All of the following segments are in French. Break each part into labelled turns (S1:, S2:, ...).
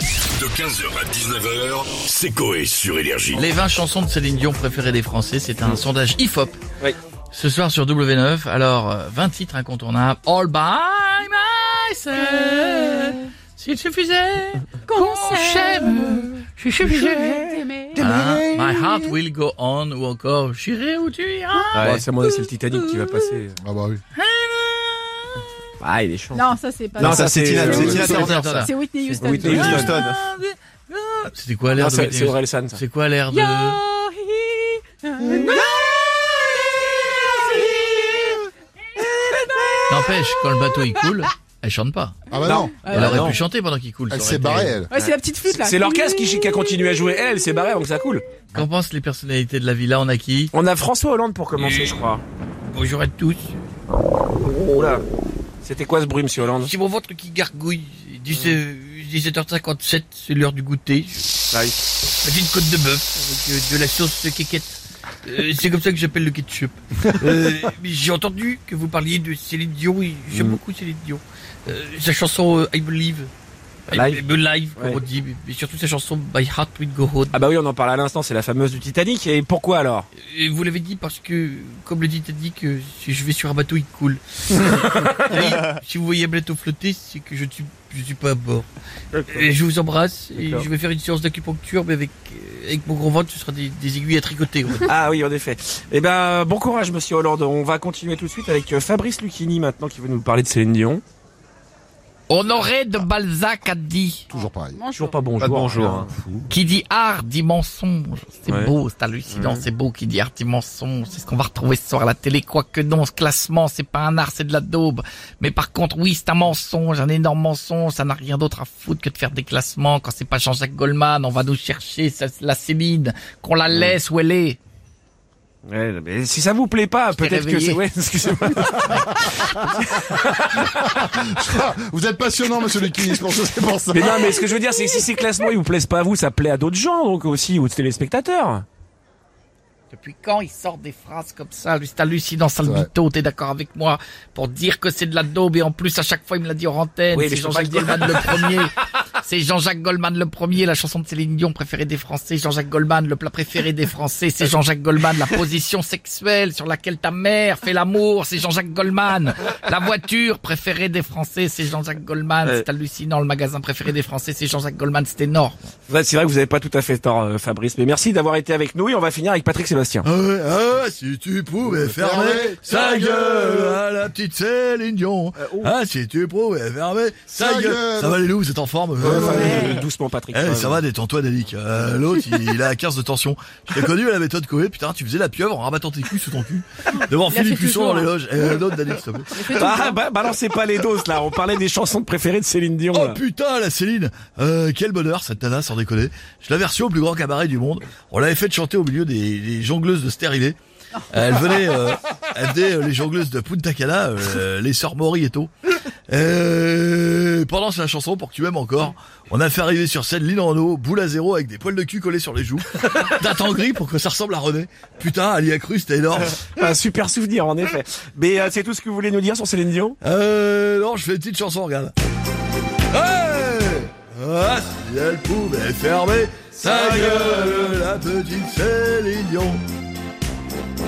S1: De 15h à 19h, c'est Coé sur Énergie.
S2: Les 20 chansons de Céline Dion préférées des Français, c'est un sondage IFOP.
S3: Oui.
S2: Ce soir sur W9, alors euh, 20 titres incontournables. All by
S4: Euh,
S2: myself. S'il suffisait qu'on s'aime. Je suffisait. Ah, My heart will go on ou encore j'irai où tu iras.
S3: Bon, c'est moi, c'est le Titanic qui va passer.
S5: Ah bah oui.
S3: Ah, il est chaud.
S4: Non, ça c'est pas.
S3: Non, ça, c'est Tina- c'est Tina
S2: Attends,
S3: Turner.
S2: attends, attends.
S4: C'est Whitney Houston.
S3: Whitney Houston.
S2: C'était quoi l'air
S3: Non,
S2: de
S3: c'est
S2: Whitney
S3: c'est
S2: Houston
S3: Aurel San. ça.
S2: C'est quoi l'air de
S4: Yo, he-
S2: N'empêche, quand le bateau il coule, elle chante pas.
S5: Ah bah non.
S2: Elle
S3: bah
S2: aurait
S3: non.
S2: pu chanter pendant qu'il coule.
S5: Elle
S2: ça aurait
S5: s'est
S2: été-
S5: barrée, elle.
S4: Ouais, c'est la petite flûte là.
S3: C'est l'orchestre qui, qui a continué à jouer. Eh, Elle, elle s'est barrée avant que ça coule.
S2: Qu'en pensent les personnalités de la villa On a qui
S3: On a François Hollande pour commencer, je crois.
S2: Bonjour à tous.
S3: Oula. Oh C'était quoi ce bruit, monsieur Hollande
S2: C'est mon ventre qui gargouille. 17h57, c'est l'heure du goûter.
S3: Ah, il-
S2: J'ai une côte de bœuf avec euh, de la sauce quéquette. Euh, c'est comme ça que j'appelle le ketchup. Euh, mais J'ai entendu que vous parliez de Céline Dion et j'aime
S3: Mm.
S2: beaucoup Céline Dion. Euh, sa chanson euh, I Believe. I
S3: Live.
S2: Be Live, comme
S3: Ouais.
S2: on dit. mais- Mais surtout sa chanson My Heart Will Go On.
S3: Ah bah oui, on en parle à l'instant, c'est la fameuse du Titanic. Et pourquoi alors
S2: Et vous l'avez dit parce que, comme le dit Titanic, euh, si je vais sur un bateau, il coule. Et si vous voyez un bateau flotter, c'est que je ne suis, je suis pas à bord. Et je vous embrasse et
S3: D'accord.
S2: je vais faire une séance d'acupuncture, mais avec, euh, avec mon gros ventre, ce sera des, des aiguilles à tricoter. on va dire.
S3: Ah oui, en effet. Eh ben, bon courage, monsieur Hollande. On va continuer tout de suite avec euh, Fabrice Lucchini maintenant qui veut nous parler de Céline Dion.
S2: Honoré de Balzac a dit,
S5: Toujours pareil.
S3: Toujours pas bonjour. hein.
S6: Pas de bonjour,
S3: rien.
S2: qui dit art dit mensonge. C'est
S3: Ouais.
S2: beau, c'est hallucinant, c'est beau, qui dit art dit mensonge. C'est ce qu'on va retrouver ce soir à la télé. Quoique non, ce classement, c'est pas un art, c'est de la daube. Mais par contre, oui, c'est un mensonge, un énorme mensonge. Ça n'a rien d'autre à foutre que de faire des classements. Quand c'est pas Jean-Jacques Goldman, on va nous chercher ça- la Céline, qu'on la laisse où elle est.
S6: hein.
S3: Ouais, mais si ça vous plaît pas,
S2: t'ai
S3: peut-être que
S2: réveillé.
S3: c'est... Ouais, excusez-moi.
S5: Vous êtes passionnant, monsieur Lucchini, je pense que c'est pour ça.
S3: Mais non, mais ce que je veux dire, c'est que si ces classements ils vous plaisent pas à vous, ça plaît à d'autres gens, donc aussi aux téléspectateurs.
S2: Depuis quand il sort des phrases comme ça Lui, C'est hallucinant, sale
S5: C'est vrai.
S2: mytho, t'es d'accord avec moi Pour dire que c'est de la daube, et en plus, à chaque fois, il me l'a dit en antenne,
S3: Oui, mais
S2: c'est
S3: je peux pas
S2: Jean-Jacques
S3: le dire.
S2: Goldman le premier. C'est Jean-Jacques Goldman le premier, la chanson de Céline Dion préférée des Français, Jean-Jacques Goldman, le plat préféré des Français, c'est Jean-Jacques Goldman, la position sexuelle sur laquelle ta mère fait l'amour, c'est Jean-Jacques Goldman, la voiture préférée des Français, c'est Jean-Jacques Goldman,
S3: Ouais.
S2: c'est hallucinant, le magasin préféré des Français, c'est Jean-Jacques Goldman, c'est énorme.
S3: Ouais, c'est vrai que vous avez pas tout à fait tort, euh, Fabrice, mais merci d'avoir été avec nous et on va finir avec Patrick Sébastien.
S7: Ah, si tu pouvais fermer sa gueule à la petite Céline Dion. Ah, si tu pouvais fermer
S5: Sa
S7: sa gueule.
S5: gueule.
S7: Ça va les loups, vous êtes en forme
S3: Euh, Doucement, Patrick.
S7: Eh, ça va, détends-toi, Dalik. Euh, L'autre, il, il a 15 de tension. Je t'ai connu à la méthode Coé, putain, tu faisais la pieuvre en rabattant tes couilles sous ton cul. Devant
S4: Il a
S7: Philippe
S4: fait
S7: Cusson
S4: toujours, hein.
S7: dans les loges. Eh, l'autre, Dalik, s'il te plaît.
S3: Bah, bah, balancez pas les doses là, on parlait des chansons préférées de Céline Dion.
S7: Oh
S3: là.
S7: putain, la Céline euh, Quel bonheur, cette nana, sans déconner. Je l'avais reçue au plus grand cabaret du monde. On l'avait fait chanter au milieu des, des jongleuses de stérilés. Elle venait, euh, elle venait, euh, les jongleuses de Punta Cana, euh, les sœurs Maury et tout. Et pendant la chanson, pour que tu m'aimes encore, on a fait arriver sur scène Lynn Renault, boule à zéro avec des poils de cul collés sur les joues, date en gris pour que ça ressemble à René. Putain, elle y a cru, c'était énorme.
S3: Un super souvenir en effet. Mais euh, c'est tout ce que vous voulez nous dire sur Céline Dion
S7: Euh, non, je fais une petite chanson, regarde. Hey ah, si elle pouvait fermer sa gueule, la petite Céline Dion.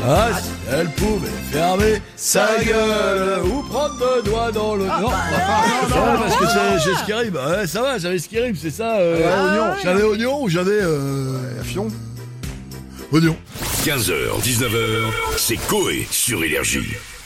S7: Ah, si elle pouvait fermer sa gueule, ou prendre deux doigts dans le... Non, Ouais, parce que c'est- j'ai ce qui rime. Ouais, ça va, j'avais ce qui rime, c'est ça. euh, oignon. J'avais oignon ou j'avais... Euh, fion Oignon.
S1: 15h, 19h, c'est Coé sur Énergie.